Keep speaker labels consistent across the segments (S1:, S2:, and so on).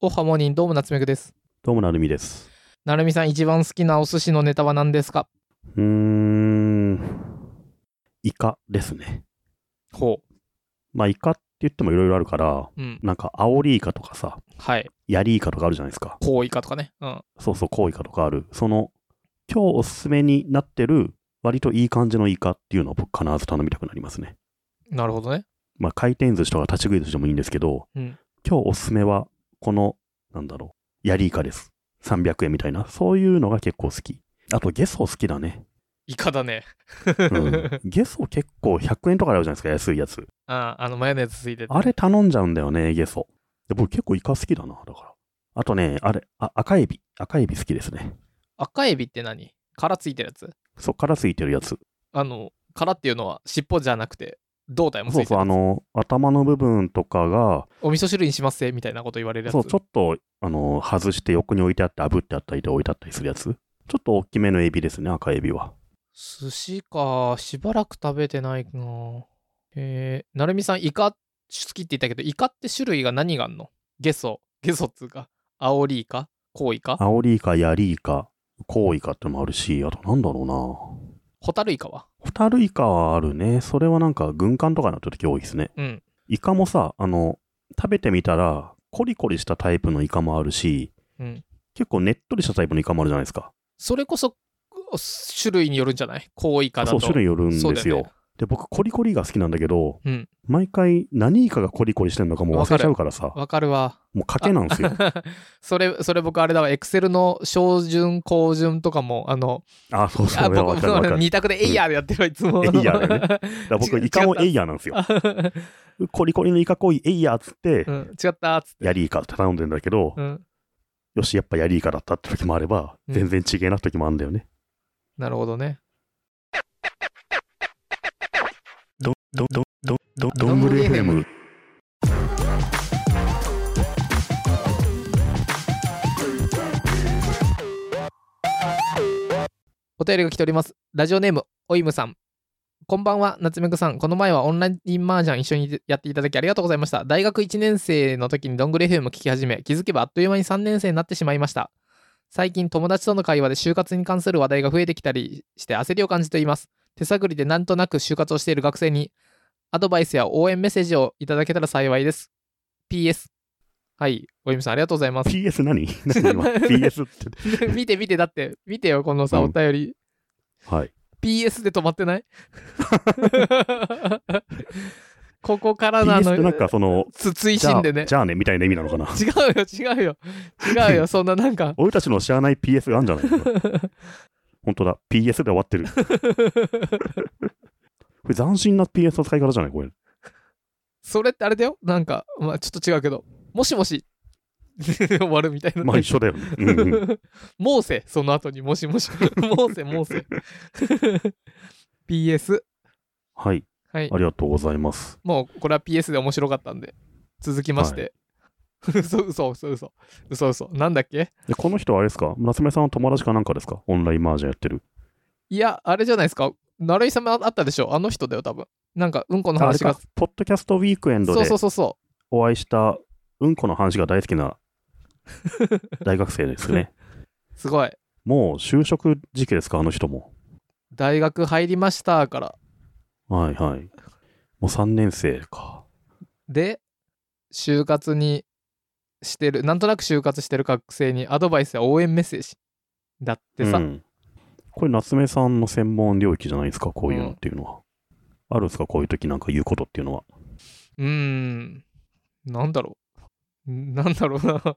S1: おはモーニンどうも夏目くです。
S2: どうもなるみです。
S1: なるみさん一番好きなお寿司のネタは何ですか
S2: うーん、イカですね。
S1: ほ
S2: まあ、イカって言ってもいろいろあるから、
S1: う。うん。
S2: なんか、アオリイカとかさ、
S1: はい。
S2: ヤリイカとかあるじゃないですか。
S1: こうイカとかね。うん。
S2: そうそう、コウイカとかある。その、今日おすすめになってる、割といい感じのイカっていうのを僕必ず頼みたくなりますね。
S1: なるほどね。
S2: まあ、回転寿司とか立ち食い寿司でもいいんですけど、
S1: うん
S2: 今日おすすめは、この、なんだろう、ヤリイカです。300円みたいな。そういうのが結構好き。あと、ゲソ好きだね。
S1: イカだね。
S2: うん、ゲソ結構100円とかであるじゃないですか、安いやつ。
S1: ああ、あのマヨネーズついてて。
S2: あれ頼んじゃうんだよね、ゲソ。で僕結構イカ好きだな、だから。あとね、あれ、あ赤エビ。赤エビ好きですね。
S1: 赤エビって何殻ついてるやつ
S2: そう、殻ついてるやつ。
S1: あの、殻っていうのは尻尾じゃなくて、胴体もついて
S2: そう
S1: る。
S2: そう、あの、頭の部分とかが、
S1: お味噌汁にしますぜみたいなこと言われるやつ。
S2: そう、ちょっと、あの、外して横に置いてあって、炙ってあったりで置いてあったりするやつ。ちょっと大きめのエビですね、赤エビは。
S1: 寿司か、しばらく食べてないな。えー、なるみさん、イカ好きって言ったけど、イカって種類が何があんのゲソ、ゲソっつうか、アオリイカ、コウイカ、
S2: アオリイカ、ヤリイカ、コウイカってのもあるし、あとなんだろうな。
S1: ホタルイカは
S2: ホタルイカはあるね。それはなんか軍艦とかになった時多いですね。
S1: うん。
S2: イカもさ、あの、食べてみたら、コリコリしたタイプのイカもあるし、
S1: うん。
S2: 結構ねっとりしたタイプのイカもあるじゃないですか。
S1: それこそ、種類によるんじゃないコウイカだと。
S2: そう、種類よるんです
S1: そう
S2: よ。
S1: だよね
S2: で、僕、コリコリが好きなんだけど、
S1: うん
S2: 毎回、何イカがコリコリしてんのかもう忘れちゃうからさ、
S1: わかるわ。
S2: もう賭けなんで すよ。
S1: それ、それ僕あれだわ、エクセルの小順、高順とかも、あの、
S2: あ、そうそ
S1: あ
S2: う、わ
S1: 僕
S2: かるわか る。
S1: 二択でエイヤーでやってるわ、いつも。
S2: エイヤーだよねだから僕、
S1: 違う
S2: イカも
S1: 違った
S2: エイヤーなんで すよ。コリコリのイカ来い、エイヤーっつって、
S1: うん、違ったーっつって。
S2: ヤリイカって頼んでんだけど、
S1: うん。
S2: よし、やっぱヤリイカだったって時もあれば、
S1: うん
S2: 全然違えなって時もあるんだよね。
S1: なるほどね。
S2: ど、ど、ど、ど、ど、どんぐり FM。
S1: お便りが来ております。ラジオネーム、おいむさん。こんばんは、夏目くさん。この前はオンライン麻雀一緒にやっていただきありがとうございました。大学1年生の時にどんぐり FM 聞き始め、気づけばあっという間に3年生になってしまいました。最近友達との会話で就活に関する話題が増えてきたりして焦りを感じています。手探りでなんとなく就活をしている学生にアドバイスや応援メッセージをいただけたら幸いです。PS。はい、おいむさんありがとうございます。
S2: PS 何何今 ?PS って。
S1: 見て見て、だって、見てよ、このさ、
S2: うん
S1: お便り。
S2: はい。
S1: PS で止まって ないここからのあ
S2: PS って
S1: の
S2: なん、かその、
S1: つ追
S2: じゃ
S1: 伸
S2: あ
S1: でね。
S2: じゃあねみたいな意味なの かな。
S1: 違うよ、違うよ。違う よ、そんななんか。
S2: 俺たちの知らない PS があるんじゃない本当だ。PS で終わってる。これ斬新な PS の使い方じゃないこれ。
S1: それってあれだよ、なんか、まあちょっと違うけど、もしもし、 終わるみたいな。
S2: まあ一緒 だよね。うんうん。
S1: もうせ、その後にもしもし。 もうせ、もうせ。PS。
S2: はい。
S1: はい
S2: あ。りがとうございます。
S1: もうこれは PS で面白かったんで、続きまして。 嘘嘘嘘嘘嘘嘘なんだっけ
S2: で、この人はあれですか夏目さんの友達かなんかですかオンラインマージャンやってる。
S1: いや、あれじゃないですか。成井さんもあったでしょあの人だよ、多分。なんか、うんこの
S2: ああれ
S1: 話が
S2: か。。ポッドキャストウィークエンド
S1: そう
S2: で
S1: そうそうそ
S2: お会いしたうんこの話が大好きな 大学生ですね。
S1: う。すごい。
S2: もう就職時期ですかあの人も。
S1: 大学入りましたから。
S2: はいはい。もう3年生か。
S1: で、就活にしてる、なんとなく就活してる学生にアドバイスや応援メッセージ。だってさ、
S2: うんこれ夏目さんの専門領域じゃないですか、こういうのっていうのは。あるんですか、こういう時なんか言うことっていうのは。
S1: うーん、なんだろう。なんだろうな。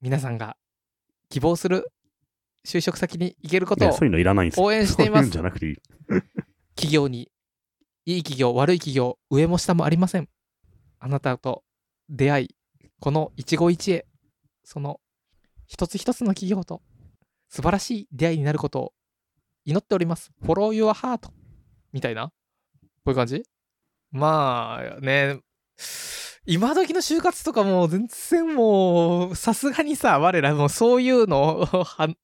S1: 皆さんが希望する就職先に行けること
S2: い
S1: を
S2: やそういうのいらないんですよ。
S1: 応援しています
S2: そういうんじゃなくていい。
S1: 企業にいい企業悪い企業上も下もありませんあなたと出会いこの一期一会その一つ一つの企業と素晴らしい出会いになることを祈っておりますフォロー your heart みたいなこういう感じまあね今時の就活とかもう全然もうさすがにさ我らもうそういうのをは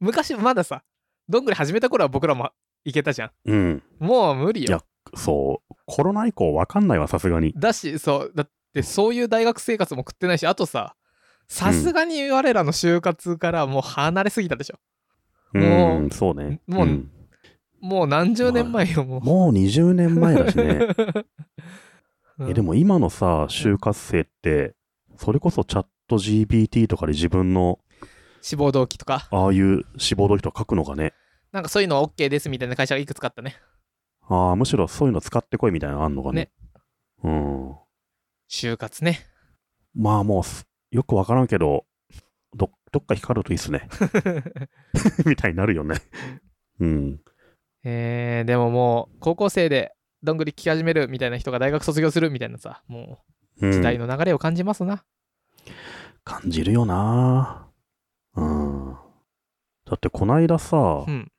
S1: 昔まださどんぐり始めた頃は僕らもいけたじゃん
S2: うん。
S1: もう無理
S2: い
S1: よ
S2: や。そう。コロナ以降わかんないわ、さすがに。
S1: だし、そう、だってそういう大学生活も食ってないし、あとさ、さすがに我らの就活からもう離れすぎたでしょ。もう
S2: うん、そうね。
S1: もうんもう何十年前よ、もう。
S2: もう20年前だしね。
S1: うん
S2: えでも今のさ、就活生って、それこそチャット GPT とかで自分の
S1: 志望動機とか、
S2: ああいう志望動機とか書くのがね、
S1: なんかそういうのは OK ですみたいな会社がいくつかあったね。
S2: ああ、むしろそういうの使ってこいみたいなのあんのかね。うん。
S1: 就活ね。
S2: まあもうす、よくわからんけど、ど、どっか光るといい っすね。 みたいになるよね。うん。
S1: えー、でももう高校生でどんぐり聞き始めるみたいな人が大学卒業するみたいなさ、も
S2: うん
S1: う時代の流れを感じますな。
S2: 感じるよなうん。だってこないださ
S1: う、ん。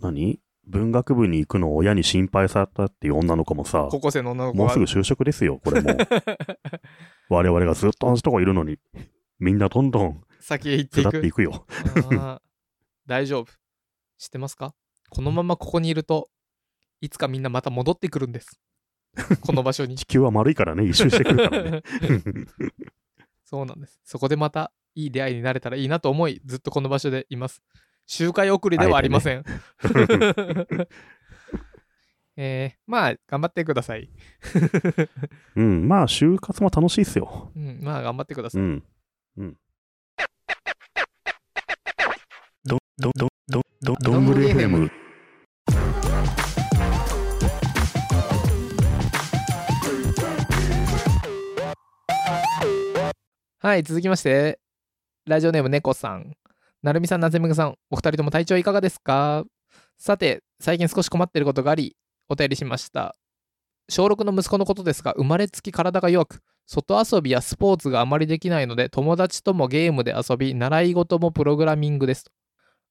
S2: 何文学部に行くのを親に心配されたっていう女の子もさ、
S1: 高校生の女の子
S2: もう
S1: は
S2: すぐ就職ですよ、これ もう。我々がずっと同じとこいるのに、みんなどんどん
S1: 先へ行ってい
S2: 育
S1: く
S2: ってい。くよ。
S1: あー大丈夫。知ってますかこのままここにいると、いつかみんなまた戻ってくるんです。この場所に
S2: 地。球は丸いからね、一周してくるか らね。
S1: そうなんです。そこでまたいい出会いになれたらいいなと思い、ずっとこの場所でいます。周回遅れではありません。 えーまあ、頑張ってください。
S2: うん、まあ、就活も楽しいっすよ。
S1: うん、まあ、頑張ってくださ
S2: う
S1: い。
S2: ん。うん。ど、ど、ど、ど、ど、どんぐり FM。
S1: はい、続きまして、ラジオネーム猫さん。なるみさん、なぜむぐさん、お二人とも体調いかがですかさて、最近少し困っていることがあり、お便りしました。小6の息子のことですが、生まれつき体が弱く、外遊びやスポーツがあまりできないので、友達ともゲームで遊び、習い事もプログラミングですと。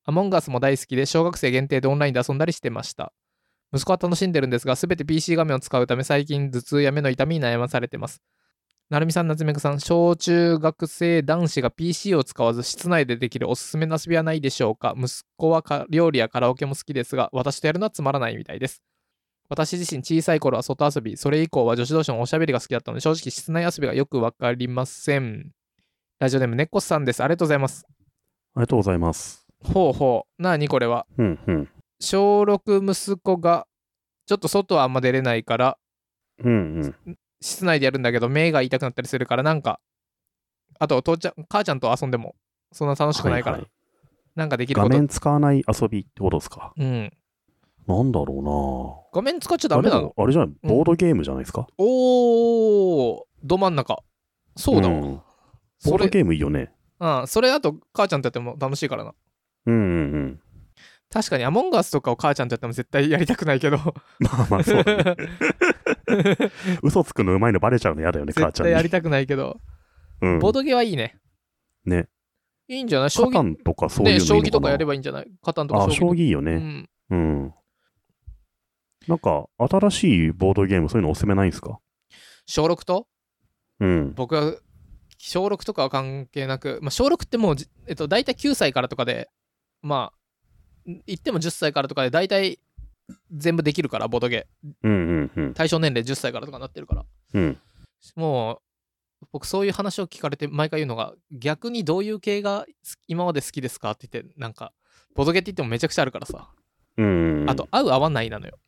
S1: アモンガスも大好きで、小学生限定でオンラインで遊んだりしてました。息子は楽しんでるんですが、すべて PC 画面を使うため、最近頭痛や目の痛みに悩まされてます。なるみさん、なつめぐさん、小中学生男子が PC を使わず室内でできるおすすめの遊びはないでしょうか息子はか料理やカラオケも好きですが、私とやるのはつまらないみたいです。私自身小さい頃は外遊び、それ以降は女子同士のおしゃべりが好きだったので、正直室内遊びがよくわかりません。ラジオネーム、ねっこさんです。ありがとうございます。
S2: ありがとうございます。
S1: ほうほう。なにこれは。
S2: うん、うん。
S1: 小6息子が、ちょっと外はあんま出れないから、
S2: うん、うん。
S1: 室内でやるんだけど目が痛くなったりするからなんかあと父ちゃん母ちゃんと遊んでもそんな楽しくないから、
S2: はいはい
S1: なんかできる
S2: 画
S1: こと
S2: 面使わない遊びってことですか。
S1: うん
S2: なんだろ
S1: 画面使っちゃダ
S2: うなあ
S1: メ
S2: れ
S1: な
S2: で
S1: の
S2: もあれじゃない、ボードゲームじゃないですか。
S1: おーど真ん中そうだわ、
S2: んボ
S1: そ
S2: ード
S1: れ
S2: ゲームいいよね。
S1: うんそれあと母ちゃんとやっても楽しいからな
S2: うんうんうん。
S1: 確かにアモンガスとかを母ちゃんとやっても絶対やりたくないけど
S2: まあまあそうだ ね。
S1: 絶
S2: 嘘つくのうまいのバレちゃうの嫌だよね、母ちゃ
S1: 対
S2: んに。
S1: やりたくないけど、
S2: うん、
S1: ボードゲーはいいね
S2: ね。
S1: いいんじゃない将
S2: カタ
S1: 棋
S2: ンとかそうい
S1: ね
S2: うの
S1: 将
S2: いい
S1: 棋
S2: の
S1: と
S2: か
S1: か
S2: な、
S1: やればいいんじゃないカタンと
S2: あ
S1: か
S2: あ、将
S1: 棋
S2: 棋いいよ
S1: う
S2: ね。
S1: ん
S2: うん。なんか、新しいボードゲーム、そういうのおすすめないんですか
S1: 小6と
S2: うん。
S1: 僕は小6とかは関係なく、まあ、小6ってもうじ、えっと、大体9歳からとかでまあん言っても10歳からとかで大体全部できるからボドゲ
S2: うんうんうん。
S1: 対象年齢10歳からとかになってるから
S2: うん。
S1: もう僕そういう話を聞かれて毎回言うのが逆にどういう系がす今まで好きですかって言ってなんかボドゲって言ってもめちゃくちゃあるからさ
S2: うんうん。
S1: あと、合う合わないなのよ。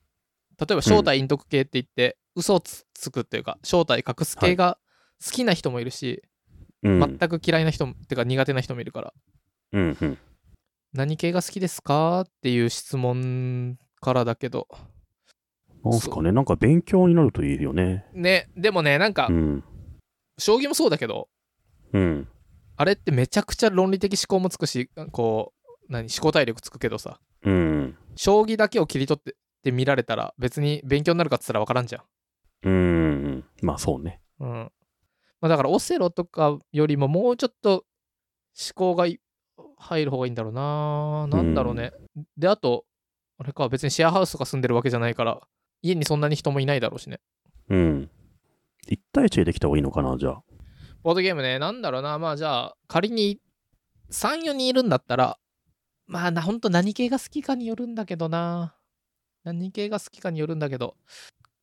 S1: 例えば正体隠匿系って言って、嘘をつつくっていうか正体隠す系が好きな人もいるし、
S2: うん、
S1: 全く嫌いな人もてか苦手な人もいるから
S2: うんうん。
S1: 何系が好きですかっていう質問からだけど
S2: なんすかね、なんか勉強になるといいよね。
S1: ねでもねなんか
S2: うん。
S1: 将棋もそうだけど
S2: うん。
S1: あれってめちゃくちゃ論理的思考もつくしこう何思考体力つくけどさ
S2: うん。
S1: 将棋だけを切り取ってって見られたら別に勉強になるかっつったら分からんじゃん
S2: うん。まあそうね。
S1: うんまあ、だからオセロとかよりももうちょっと思考がい入る方がいいんだろうななんだろうね、であとあれか別にシェアハウスとか住んでるわけじゃないから家にそんなに人もいないだろうしね
S2: うん。一対一でできた方がいいのかな、じゃあ。
S1: ボードゲームねなんだろうなまあじゃあ仮に34人いるんだったらまあなほんと何系が好きかによるんだけどな何系が好きかによるんだけど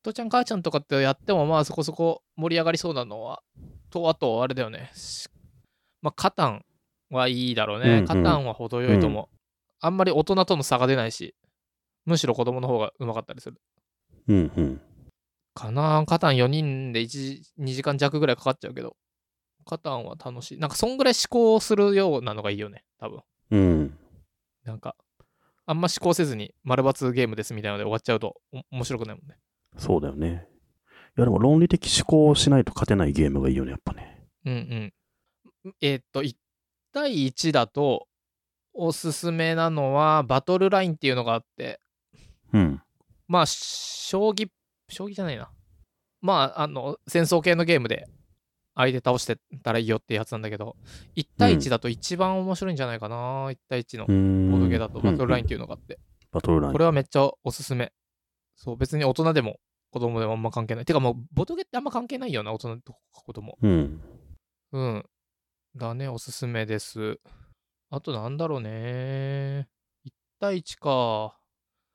S1: 父ちゃん母ちゃんとかってやってもまあそこそこ盛り上がりそうなのはとあとあれだよねしまあ、カタンはいいだろうね。
S2: うんうん
S1: カタンは程よいと思う。あんまり大人との差が出ないし、むしろ子供の方がうまかったりする。
S2: うんうん。
S1: かなカタン4人で1時、2時間弱ぐらいかかっちゃうけど、カタンは楽しい。なんか、そんぐらい思考するようなのがいいよね、多分。
S2: うん。
S1: なんか、あんま思考せずに、丸×ゲームですみたいなので終わっちゃうと、お面白くないもんね。
S2: そうだよね。いやでも論理的思考をしないと勝てないゲームがいいよね、やっぱね。
S1: うんうん。えーっと、1対1だと、おすすめなのは、バトルラインっていうのがあって、
S2: うん。
S1: まあ、将棋、将棋じゃないな。まあ、あの、戦争系のゲームで、相手倒してったらいいよってやつなんだけど、1対1だと一番面白いんじゃないかな、1対1の
S2: う
S1: ボー
S2: ん
S1: ドゲーだと、バトルラインっ
S2: うん
S1: ていうのがあって、
S2: バトルライン。
S1: これはめっちゃおすすめ。そう、別に大人でも子供でもあんま関係ない。てかもう、ボードゲーってあんま関係ないよな、大人と子供。
S2: うん。
S1: うん。だね、おすすめです。あとなんだろうね。1対1か。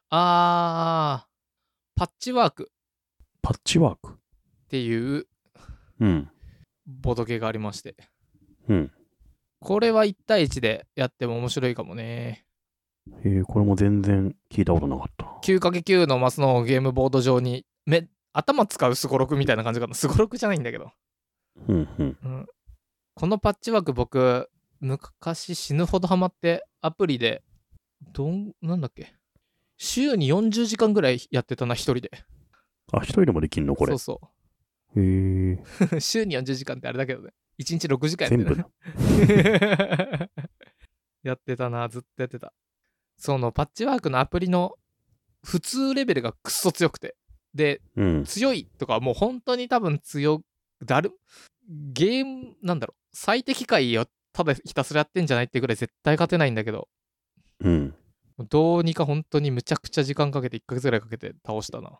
S1: あー、パッチワーク
S2: パッチワーク。
S1: っていう
S2: うん。
S1: ボドゲがありまして。
S2: うん。
S1: これは1対1でやっても面白いかもね。
S2: えー、これも全然聞いたことなかった。
S1: 9×9 のマスのゲームボード上に、め頭使うスゴロクみたいな感じかな。スゴロクじゃないんだけど。
S2: うんうん。
S1: うん、このパッチワーク僕昔死ぬほどハマってアプリでどんなんだっけ週に40時間ぐらいやってたな一人で
S2: あ、一人でもできんのこれ。
S1: そ
S2: へ
S1: うそ
S2: え
S1: う
S2: ー、
S1: 週に40時間ってあれだけどね1日6時間や
S2: 全
S1: って
S2: 部
S1: る
S2: だ。
S1: やってたなずっとやってたそのパッチワークのアプリの普通レベルがくっそ強くてで
S2: うん。
S1: 強いとかもう本当に多分強だるゲームなんだろう最適解をただひたすらやってんじゃないってぐらい絶対勝てないんだけど
S2: うん。
S1: どうにか本当にむちゃくちゃ時間かけて1ヶ月ぐらいかけて倒したな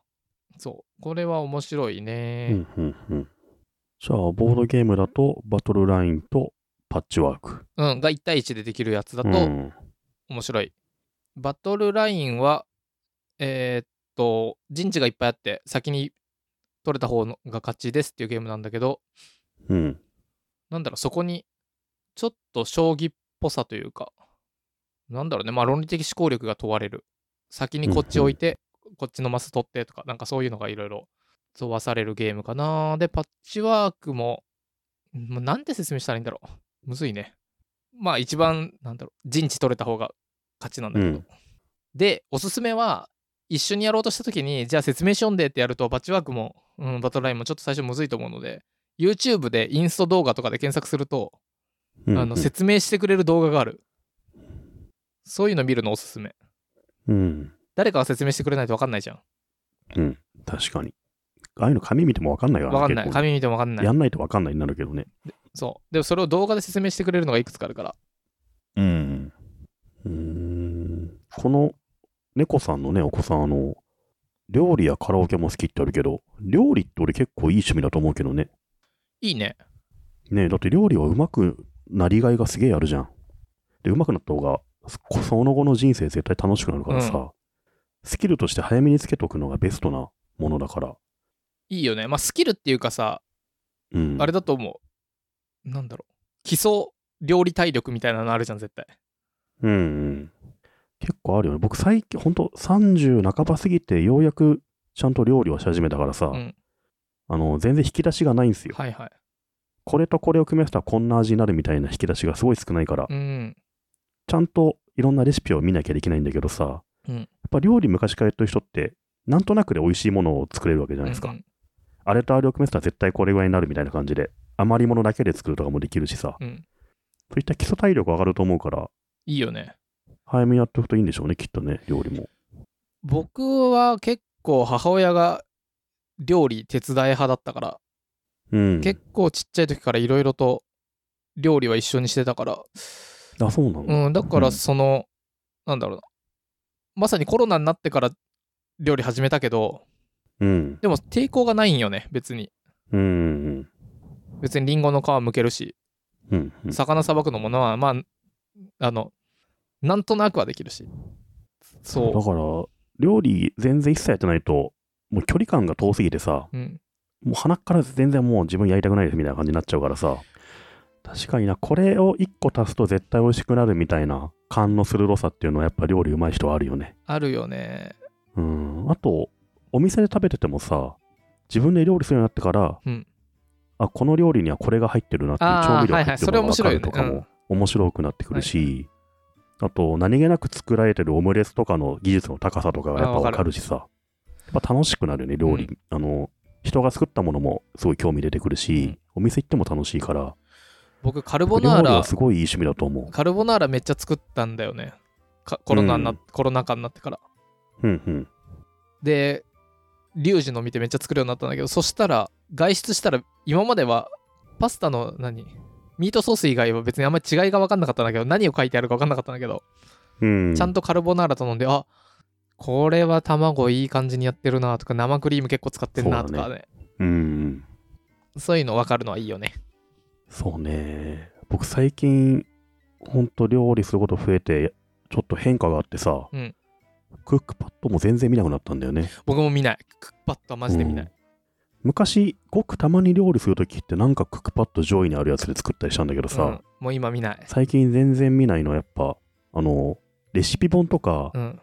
S1: そうこれは面白いね、
S2: うんうんうん。じゃあ、ボードゲームだと、バトルラインとパッチワーク。
S1: うんが1対1でできるやつだ
S2: う
S1: と
S2: ん、
S1: 面白い、バトルラインはえーっと陣地がいっぱいあって先に取れた方のが勝ちですっていうゲームなんだけど
S2: うん。
S1: なんだろう、そこに、ちょっと将棋っぽさというか、なんだろうね、まあ論理的思考力が問われる。先にこっち置いて、こっちのマス取ってとか、なんかそういうのがいろいろ飛ばされるゲームかな。で、パッチワークも、もうなんて説明したらいいんだろう。むずいね。まあ一番、なんだろう、陣地取れた方が勝ちなんだけど。
S2: うん
S1: で、おすすめは、一緒にやろうとしたときに、じゃあ説明書読んでってやると、パッチワークも、うん、バトルラインもちょっと最初むずいと思うので、YouTube でインスト動画とかで検索すると、
S2: うん
S1: あの説明してくれる動画がある。そういうの見るのおすすめ。
S2: うん。
S1: 誰かが説明してくれないと分かんないじゃん。
S2: 確かに。ああいうの紙見てもわかんないから
S1: 分かんない。
S2: 結構
S1: 紙見ても分かんない
S2: や。んないとわかんないになるけどね。
S1: そう。でもそれを動画で説明してくれるのがいくつかあるから。
S2: うん。うーん。この、猫さんのね、お子さん、あの、料理やカラオケも好きってあるけど、料理って俺結構いい趣味だと思うけどね。
S1: いいね。
S2: ねえだって料理はうまくなりがいがすげえあるじゃん。で、うまくなった方が、そその後の人生絶対楽しくなるからさ、
S1: う
S2: スキルとして早めにつけとくのがベストなものだから。
S1: いいよね。まあスキルっていうかさ、
S2: うん。
S1: あれだと思う。なんだろう。基礎料理体力みたいなのあるじゃん、絶対。
S2: うんうん。結構あるよね。僕最近、ほんと30半ば過ぎて、ようやくちゃんと料理をし始めたからさ、
S1: うん
S2: あの、全然引き出しがないんですよ。
S1: はいはい。
S2: これとこれを組み合わせたらこんな味になるみたいな引き出しがすごい少ないから、
S1: うん。
S2: ちゃんといろんなレシピを見なきゃできないんだけどさ、
S1: うん
S2: やっぱ料理昔からやってる人って、なんとなくで美味しいものを作れるわけじゃないですか。
S1: うん
S2: あれとあれを組み合わせたら絶対これぐらいになるみたいな感じで、余り物だけで作るとかもできるしさ、
S1: うん。うん
S2: そういった基礎体力上がると思うから、
S1: いいよね。
S2: 早めにやっておくといいんでしょうね、きっとね、料理も。
S1: 僕は結構母親が料理手伝い派だったから、
S2: うん。
S1: 結構ちっちゃい時からいろいろと料理は一緒にしてたから、
S2: あ、そうなの、
S1: うん、だか
S2: う
S1: ら
S2: ん
S1: その、なんだろうなまさにコロナになってから料理始めたけど
S2: うん。
S1: でも抵抗がないんよね別に
S2: うん。うん。
S1: 別にリンゴの皮むけるし
S2: うん。うん
S1: 魚さばくのもまあまああのなんとなくはできるし
S2: だ
S1: そ
S2: から、料理全然一切やってないと、もう距離感が遠すぎてさ、
S1: う、うん、
S2: もう鼻から全然もう自分やりたくないですみたいな感じになっちゃうからさ、確かにな、これを1個足すと絶対美味しくなるみたいな勘の鋭さっていうのはやっぱ料理うまい人はあるよね。
S1: あるよね。
S2: うん。あと、お店で食べててもさ、自分で料理するようになってから、
S1: うん
S2: あ、この料理にはこれが入ってるなっていう
S1: あー
S2: 調味料
S1: は
S2: 入
S1: いはい
S2: ってるのが分かるとか
S1: それ面白いよ
S2: も面白くなってくるし、あと、何気なく作られてるオムレツとかの技術の高さとかがやっぱ
S1: あーわ
S2: 分
S1: かる
S2: かるしさ、やっぱ楽しくなるよね、料理。
S1: う
S2: あの、人が作ったものもすごい興味出てくるし、お店行っても楽しいから、
S1: 僕、カルボ
S2: 料理
S1: ナーラ
S2: は、すごいいい趣味だと思
S1: カルボナーラめっちゃ作ったんだよね。かコロナにな、
S2: うん
S1: コロナ禍になってから。
S2: う。うんうん。
S1: で、リュウジの見てめっちゃ作るようになったんだけど、そしたら、外出したら、今まではパスタの何ミートソース以外は別にあんまり違いが分かんなかったんだけど、何を書いてあるか分かんなかったんだけど、
S2: うん、
S1: ちゃんとカルボナーラ頼んで、あこれは卵いい感じにやってるなとか、生クリーム結構使ってるなと
S2: そ
S1: か
S2: う
S1: ね、
S2: うん。
S1: そういうの分かるのはいいよね。
S2: そうね。僕最近、ほんと料理すること増えて、ちょっと変化があってさ、
S1: うん
S2: クックパッドも全然見なくなったんだよね。
S1: 僕も見ない。クッパッとはマジで見ない。
S2: うん昔、ごくたまに料理するときって、なんかクックパッド上位にあるやつで作ったりしたんだけどさ、
S1: うんもう今見ない。
S2: 最近全然見ないのはやっぱ、あの、レシピ本とか、
S1: うん。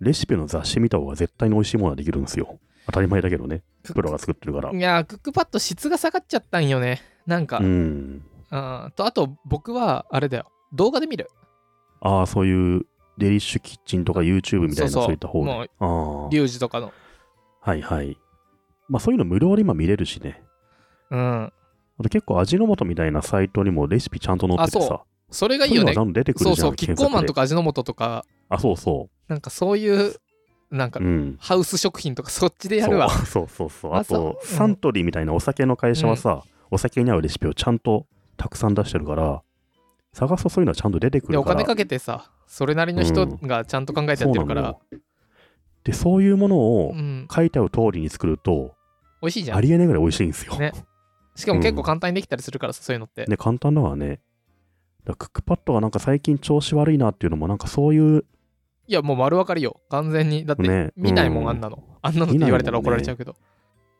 S2: レシピの雑誌見た方が絶対に美味しいものはできるんですよ。当たり前だけどね。
S1: クッ
S2: プロが作ってるから。
S1: いやー、クックパッド質が下がっちゃったんよね。なんか、
S2: うん。
S1: あーとあと僕はあれだよ動画で見る
S2: ああ、そういうデリッシュキッチンとか YouTube みたいな
S1: そ
S2: そ
S1: そ
S2: う
S1: う
S2: ういった方
S1: もう
S2: で。ああ。
S1: リュウジとかの
S2: はいはい。まあそういうの無料で今見れるしね。
S1: うん
S2: あと結構味の素みたいなサイトにもレシピちゃんと載ってて
S1: あ
S2: さ。
S1: それがい
S2: そう
S1: い
S2: い
S1: よ
S2: うの
S1: ね
S2: がどんどん出てくるじ
S1: そ
S2: ゃ
S1: うそ
S2: ん。
S1: うキッコーマンと
S2: か。
S1: か味の素とか
S2: あ、そうそ
S1: なんかそういうなんか
S2: う。うん。
S1: ハウス食品とかそっちでやるわ
S2: そうそうそうそう。あ
S1: あそう
S2: と、サントリーみたいなお酒の会社はさ、お酒に合うレシピをちゃんとたくさん出してるから、探すとそういうのはちゃんと出てく
S1: で
S2: る
S1: お
S2: から。
S1: 金かけてさそれなりの人
S2: うん
S1: がちゃんと考えてやってるか
S2: そうな
S1: ら
S2: のよで、そういうもの
S1: う
S2: を
S1: ん
S2: 書いてある通りに作ると、
S1: 美味しいじゃ
S2: あ
S1: ん
S2: りえないぐらい美味しいんですよ。
S1: ねしかも結構簡単にできたりするからさそういうのって
S2: ね、簡単だわね。だからクックパッドがなんか最近調子悪いなっていうのも、なんかそういう
S1: いやもう丸わかりよ完全にだって
S2: ね、
S1: 見ないも
S2: うん
S1: あんなのあんなのって言われたら怒られちゃうけど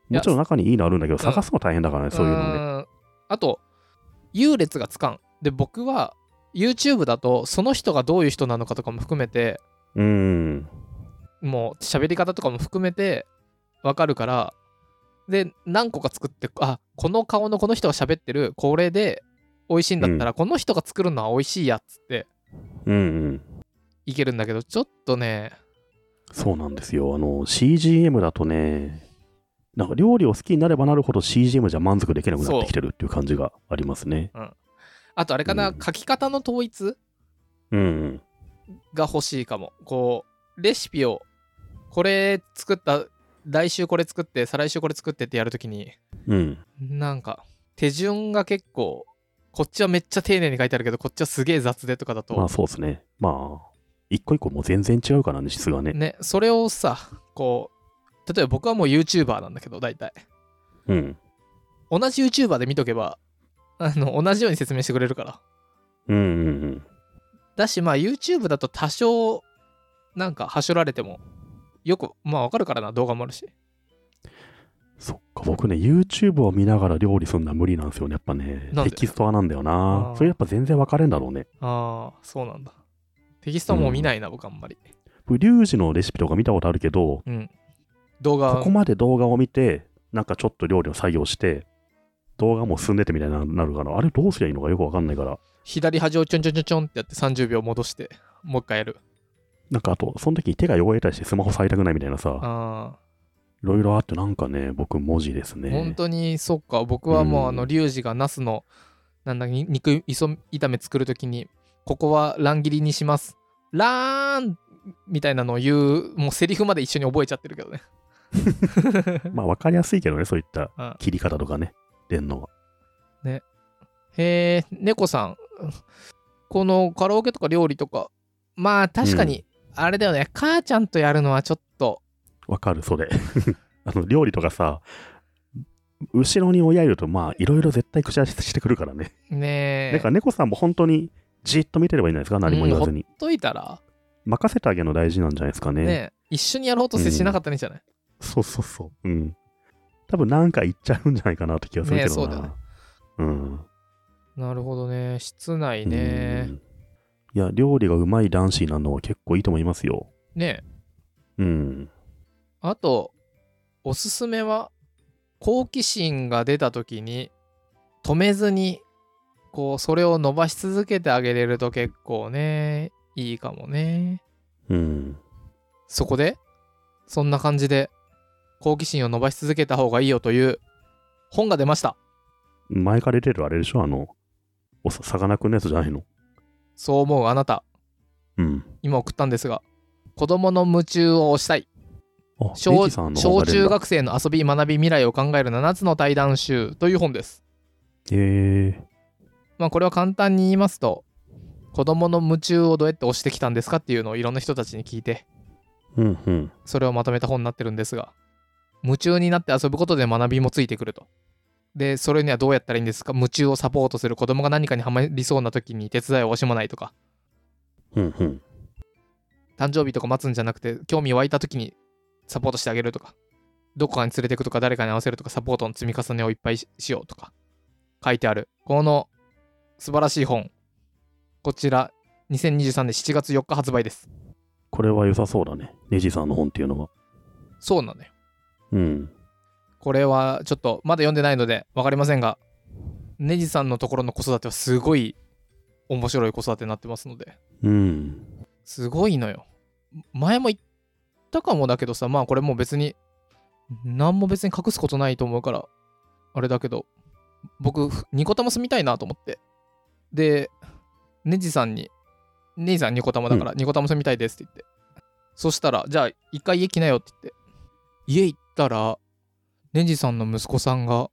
S1: いや
S2: もちろん中にいいのあるんだけど、
S1: ん
S2: 探すの大変だからね、そういうのね。
S1: ーんあと優劣がつかんで僕は YouTube だとその人がどういう人なのかとかも含めて
S2: うーん。
S1: もう喋り方とかも含めてわかるからで何個か作ってあこの顔のこの人が喋ってるこれで美味しいんだったら、この人が作るのは美味しいやっつって
S2: うんうん。
S1: いけるんだけどちょっとね
S2: そうなんですよ。あの、CGM だとね、なんか料理を好きになればなるほど CGM じゃ満足できなくなってきてるっていう感じがありますね。
S1: あとあれかな、
S2: うん
S1: 書き方の統一
S2: うんうん。
S1: が欲しいかもこうレシピをこれ作った来週これ作って再来週これ作ってってやるときに
S2: うん。
S1: なんか手順が結構こっちはめっちゃ丁寧に書いてあるけどこっちはすげえ雑でとかだと、
S2: まあそうですね。まあ、一個一個もう全然違うからね、質がね。
S1: ねそれをさこう例えば僕はもう YouTuber なんだけど大体
S2: うん。
S1: 同じ YouTuber で見とけばあの同じように説明してくれるから
S2: うんうんうん。
S1: だしまあ YouTube だと多少なんかはしょられてもよくまあわかるからな動画もあるし
S2: そっか、僕ね、YouTube を見ながら料理するのは無理なんですよね。やっぱね、
S1: なんで
S2: テキスト派なんだよ
S1: あ
S2: な
S1: ー。
S2: それやっぱ全然分かれんだろうね。
S1: ああそうなんだテキストはもう見ないな、僕あんまり
S2: 僕、リュウジのレシピとか見たことあるけど、
S1: うん動画
S2: ここまで動画を見て、なんかちょっと料理の作業して、動画も進んでてみたいになるから、あれどうすりゃいいのかよくわかんないから、
S1: 左端をちょんちょんちょんちょんってやって30秒戻してもう一回やる
S2: なんかあと、その時に手が汚れたりしてスマホ触りたくないみたいなさ、
S1: ああ
S2: いろいろあって、なんかね、僕、文字ですね。
S1: 本当にそっか僕はもうあの
S2: うん
S1: リュウジがナスのなんだに肉いそ炒め作るときにここは乱切りにしますラーンみたいなのを言うもうセリフまで一緒に覚えちゃってるけどね
S2: まあ、わかりやすいけどね、そういった
S1: うん
S2: 切り方とかね、出んのが。
S1: へえ猫さんこのカラオケとか料理とかまあ確かにあれだよね、母ちゃんとやるのはちょっと
S2: わかる、それ。 あの、料理とかさ、後ろに親いると、まあ、いろいろ絶対口足してくるからね。
S1: ねえ
S2: だから、猫さんも本当に、じっと見てればいいんじゃないですか、何も言わずに。
S1: ほっといたら
S2: 任せてあげるの大事なんじゃないですか
S1: ねえ一緒にやろうと接しなかったねじゃない、
S2: そうそうそう。うん。多分なんか言っちゃうんじゃないかなって気がするけどな。
S1: ねそうだね
S2: うん。
S1: なるほどね。室内ね
S2: う。んいや、料理がうまい男子なのは結構いいと思いますよ。
S1: ねえ
S2: うん。
S1: あと、おすすめは、好奇心が出た時に、止めずに、こう、それを伸ばし続けてあげれると結構ね、いいかもね。
S2: うん。
S1: そこで、そんな感じで、好奇心を伸ばし続けた方がいいよという本が出ました。
S2: 前から出てるあれでしょあの、おさ、魚くんのやつじゃないの
S1: そう思うあなた、
S2: うん。
S1: 今送ったんですが、子供の夢中を推したい。
S2: あ、ネ
S1: 小
S2: ギさんの方
S1: 小
S2: が出る
S1: 中
S2: んだ。
S1: 学生の遊び学び未来を考える7つの対談集という本です。
S2: へえ
S1: まあこれは簡単に言いますと子どもの夢中をどうやって押してきたんですかっていうのをいろんな人たちに聞いて
S2: うんうん。
S1: それをまとめた本になってるんですが夢中になって遊ぶことで学びもついてくると。でそれにはどうやったらいいんですか夢中をサポートする子どもが何かにはまりそうな時に手伝いを惜しまないとか
S2: うんうん。
S1: 誕生日とか待つんじゃなくて興味湧いた時にサポートしてあげるとかどこかに連れてくとか誰かに合わせるとかサポートの積み重ねをいっぱいししようとか書いてあるこの素晴らしい本こちら2023年7月4日発売です
S2: これは良さそうだね。ネジさんの本っていうのは。
S1: そうなのよ
S2: うん。
S1: これはちょっとまだ読んでないので分かりませんがネジさんのところの子育てはすごい面白い子育てになってますので
S2: うん。
S1: すごいのよ。前も言ったかもだけどさ、まあこれもう別に、何も別に隠すことないと思うから、あれだけど、僕、ふニコタマ住みたいなと思って。で、ネジさんに、ネジさんニコタマだから、ニコタマ住みたいですって言って。そしたら、じゃあ一回家来なよって言って。家行ったら、ネジさんの息子さんが、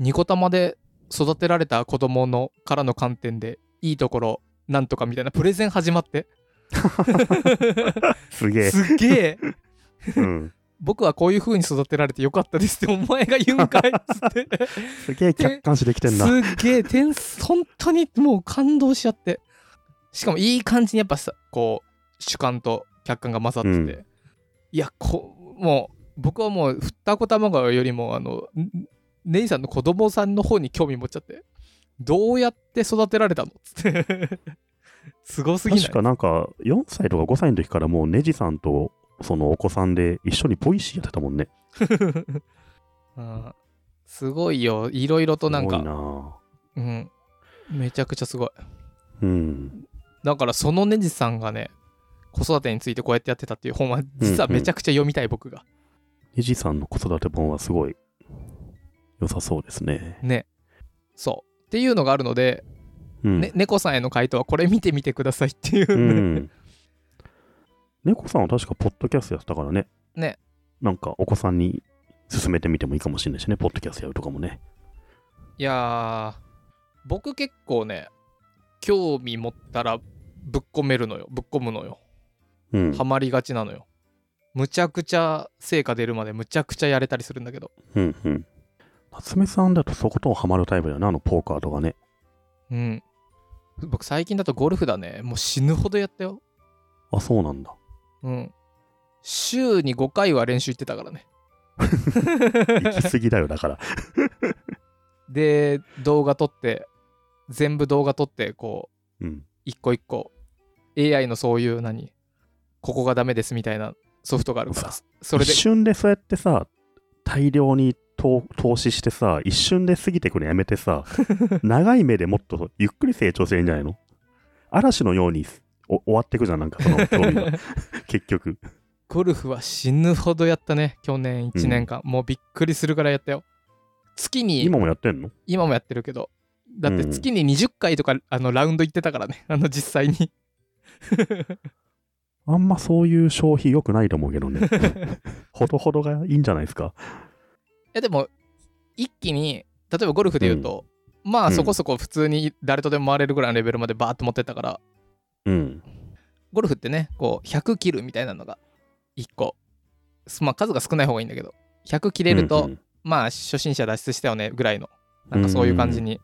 S1: ニコタマで育てられた子供のからの観点で、いいところ、なんとかみたいなプレゼン始まって。
S2: すげえ。
S1: すっげえ
S2: うん。
S1: 僕はこういう風に育てられてよかったですってお前が言うんかいっつって
S2: すげえ客観視できてんな。
S1: すっげえ天本当にもう感動しちゃってしかもいい感じにやっぱさこう主観と客観が勝ってて、
S2: う
S1: いやこもう僕はもう二子卵よりもあのんネイさんの子供さんの方に興味持っちゃってどうやって育てられたのっつって すごすぎない
S2: 確かなんか、4歳とか5歳の時からもうネジさんと、そのお子さんで一緒にポイシーやってたもんね。
S1: うんすごいよいろいろとなん
S2: す
S1: か
S2: ごいな
S1: うんめちゃくちゃすごい
S2: うん。
S1: だからそのねじさんがね子育てについてこうやってやってたっていう本は実はめちゃくちゃ読みたい僕が、
S2: ネジさんの子育て本はすごい良さそうですね。
S1: ねそうっていうのがあるので、
S2: うん。
S1: ね猫さんへの回答はこれ見てみてくださいっていうう、
S2: ん。猫さんは確かポッドキャストやってたからね。
S1: ね。
S2: なんかお子さんに勧めてみてもいいかもしれないしね、ポッドキャストやるとかもね。
S1: いやー僕結構ね興味持ったらぶっ込めるのよぶっ込むのよ
S2: うん
S1: ハ。マりがちなのよむちゃくちゃ成果出るまでむちゃくちゃやれたりするんだけど
S2: うんうん。夏目さんだとそことハマるタイプだよな、あのポーカーとかね。
S1: うん僕最近だとゴルフだねもう死ぬほどやったよ
S2: あ、そうなんだ。
S1: うん。週に5回は練習行ってたからね。
S2: 行き過ぎだよ、だから。
S1: で、動画撮って、全部動画撮って、こう、
S2: うん。
S1: 一個一個、AI のそういう何、ここがダメですみたいなソフトがあるから、それで
S2: 一、瞬でそうやってさ、大量に投投資してさ、一瞬で過ぎてくのやめ てさ、長い目でもっとゆっくり成長するんじゃないの嵐のようにお終わってくじゃん、なんかその興 味が結局。
S1: ゴルフは死ぬほどやったね、去年1年間。もうびっくりするからいやったよ。月に、
S2: 今もやってんの
S1: 今もやってるけど、だって
S2: うん
S1: 月に20回とか、あのラウンド行ってたからね、あ の実際に。
S2: あんまそういう消費良くないと思う けどね。ほどほどがいいんじゃないですか。
S1: いやでも一気に例えばゴルフで言うと、まあそこそこ普通に誰とでも回れるぐらいのレベルまでバーッと持ってったから
S2: うん。
S1: ゴルフってねこう100切るみたいなのが1個すまあ数が少ない方がいいんだけど100切れると、
S2: うんうん
S1: まあ初心者脱出したよねぐらいのなんかそういう感じに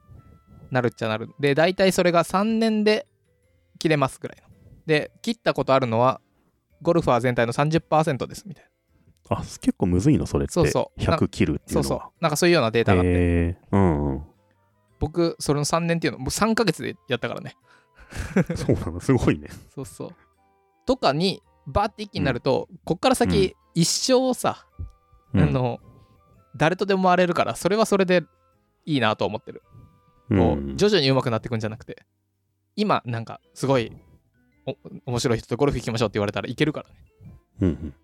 S1: なるっちゃなるで大体それが3年で切れますぐらいので切ったことあるのはゴルファー全体の30%ですみたいな
S2: あ、結構むずいの、それって。
S1: そうそうな
S2: 100切るっていう
S1: そ
S2: の
S1: う
S2: は。
S1: そうなんかそういうようなデータがあって
S2: えー、うんうん。
S1: 僕それの3年っていうのもう3ヶ月でやったからね
S2: そうなの、すご いね。
S1: そうそうとかにバーって一気になると、こっから先、一生さ、あの誰とでも回れるからそれはそれでいいなと思ってる、
S2: うん、
S1: こう徐々に上手くなっていくんじゃなくて今なんかすごいお面白い人とゴルフ行きましょうって言われたらいけるからね
S2: うんうん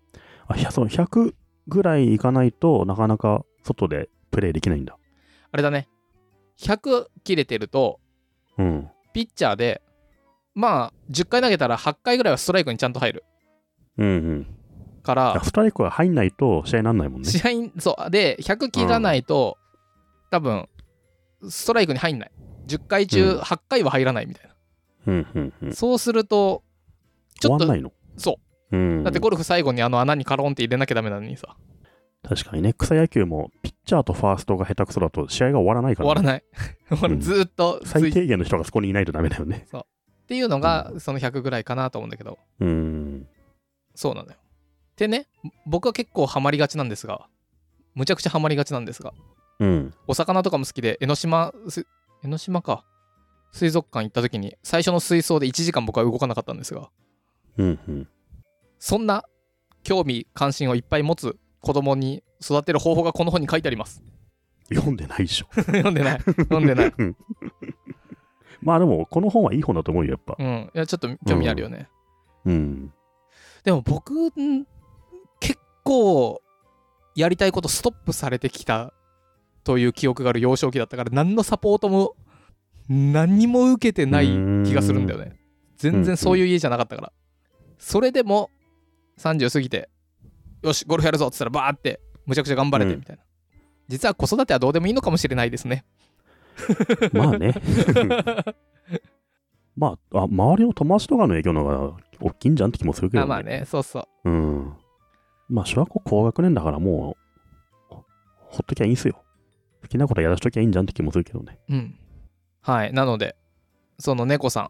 S2: あいやそう100ぐらいいかないとなかなか外でプレイできないんだ。
S1: あれだね100切れてると
S2: うん。
S1: ピッチャーでまあ10回投げたら8回ぐらいはストライクにちゃんと入る
S2: うんうん。
S1: か
S2: あ
S1: ら
S2: ストライクが入んないと試合にならないもんね。
S1: 試合にそうで100切らないと、多分ストライクに入んない10回中
S2: うん
S1: 8回は入らないみたいな、
S2: うんうんうん。
S1: そうするとち
S2: 終
S1: ょ
S2: わ
S1: っ
S2: ん
S1: と
S2: ないの。
S1: そ
S2: うん。
S1: だってゴルフ最後にあの穴にカロンって入れなきゃダメなのにさ
S2: 確かにね、草野球もピッチャーとファーストが下手くそだと試合が終わらないか
S1: 終
S2: ら、
S1: わら
S2: い。
S1: ない 終わる
S2: うん
S1: ずーっとつい
S2: 最
S1: っ
S2: 低限の人がそこにいないとダメだよね。
S1: ていうのがその100ぐらいかなと思うんだけど
S2: うん。
S1: そうなのよでね僕は結構ハマりがちなんですがむちゃくちゃハマりがちなんですが
S2: うん。
S1: お魚とかも好きで江ノ島す江ノ島か水族館行った時に最初の水槽で1時間僕は動かなかったんですが
S2: うんうん。
S1: そんな興味関心をいっぱい持つ子供に育てる方法がこの本に書いてあります
S2: 読んでないでしょ。
S1: 読んでない読んでない
S2: まあでも、この本はいい本だと思うよ、やっぱ。
S1: うんいやちょっと興味あるよね、
S2: うん。
S1: でも僕ん結構やりたいことストップされてきたという記憶がある幼少期だったから何のサポートも何も受けてない気がするんだよね全然そういう家じゃなかったからそれでも30過ぎてよしゴルフやるぞっつったらバーってむちゃくちゃ頑張れて
S2: うん
S1: みたいな、実は子育てはどうでもいいのかもしれないですね
S2: まあね。 まあ、あ、周りの友達とかの影響の方が大きいんじゃんって気もするけど
S1: あまあ。ねそうそう
S2: うん。まあ、小学校高学年だからもう、ほほっときゃいいんすよ。好きなことやらしときゃいいんじゃんって気もするけどね。
S1: うん。はい。なので、その猫さん。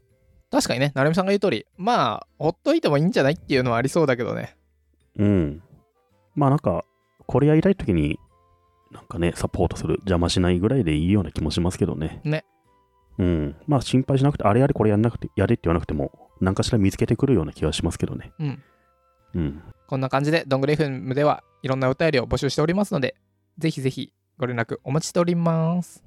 S1: 確かにね、成美さんが言う通り、まあ、ほっといてもいいんじゃないっていうのはありそうだけどね。
S2: うん。まあなんか、これやりたいときに、なんかね、サポートする、邪魔しないぐらいでいいような気もしますけどね。
S1: ね。
S2: うん。まあ心配しなくて、あれやれこれやんなくて、やれって言わなくても、何かしら見つけてくるような気はしますけどね。
S1: うん。
S2: うん。
S1: こんな感じで、どんぐり FM ではいろんなお便りを募集しておりますので、ぜひぜひご連絡お待ちしております。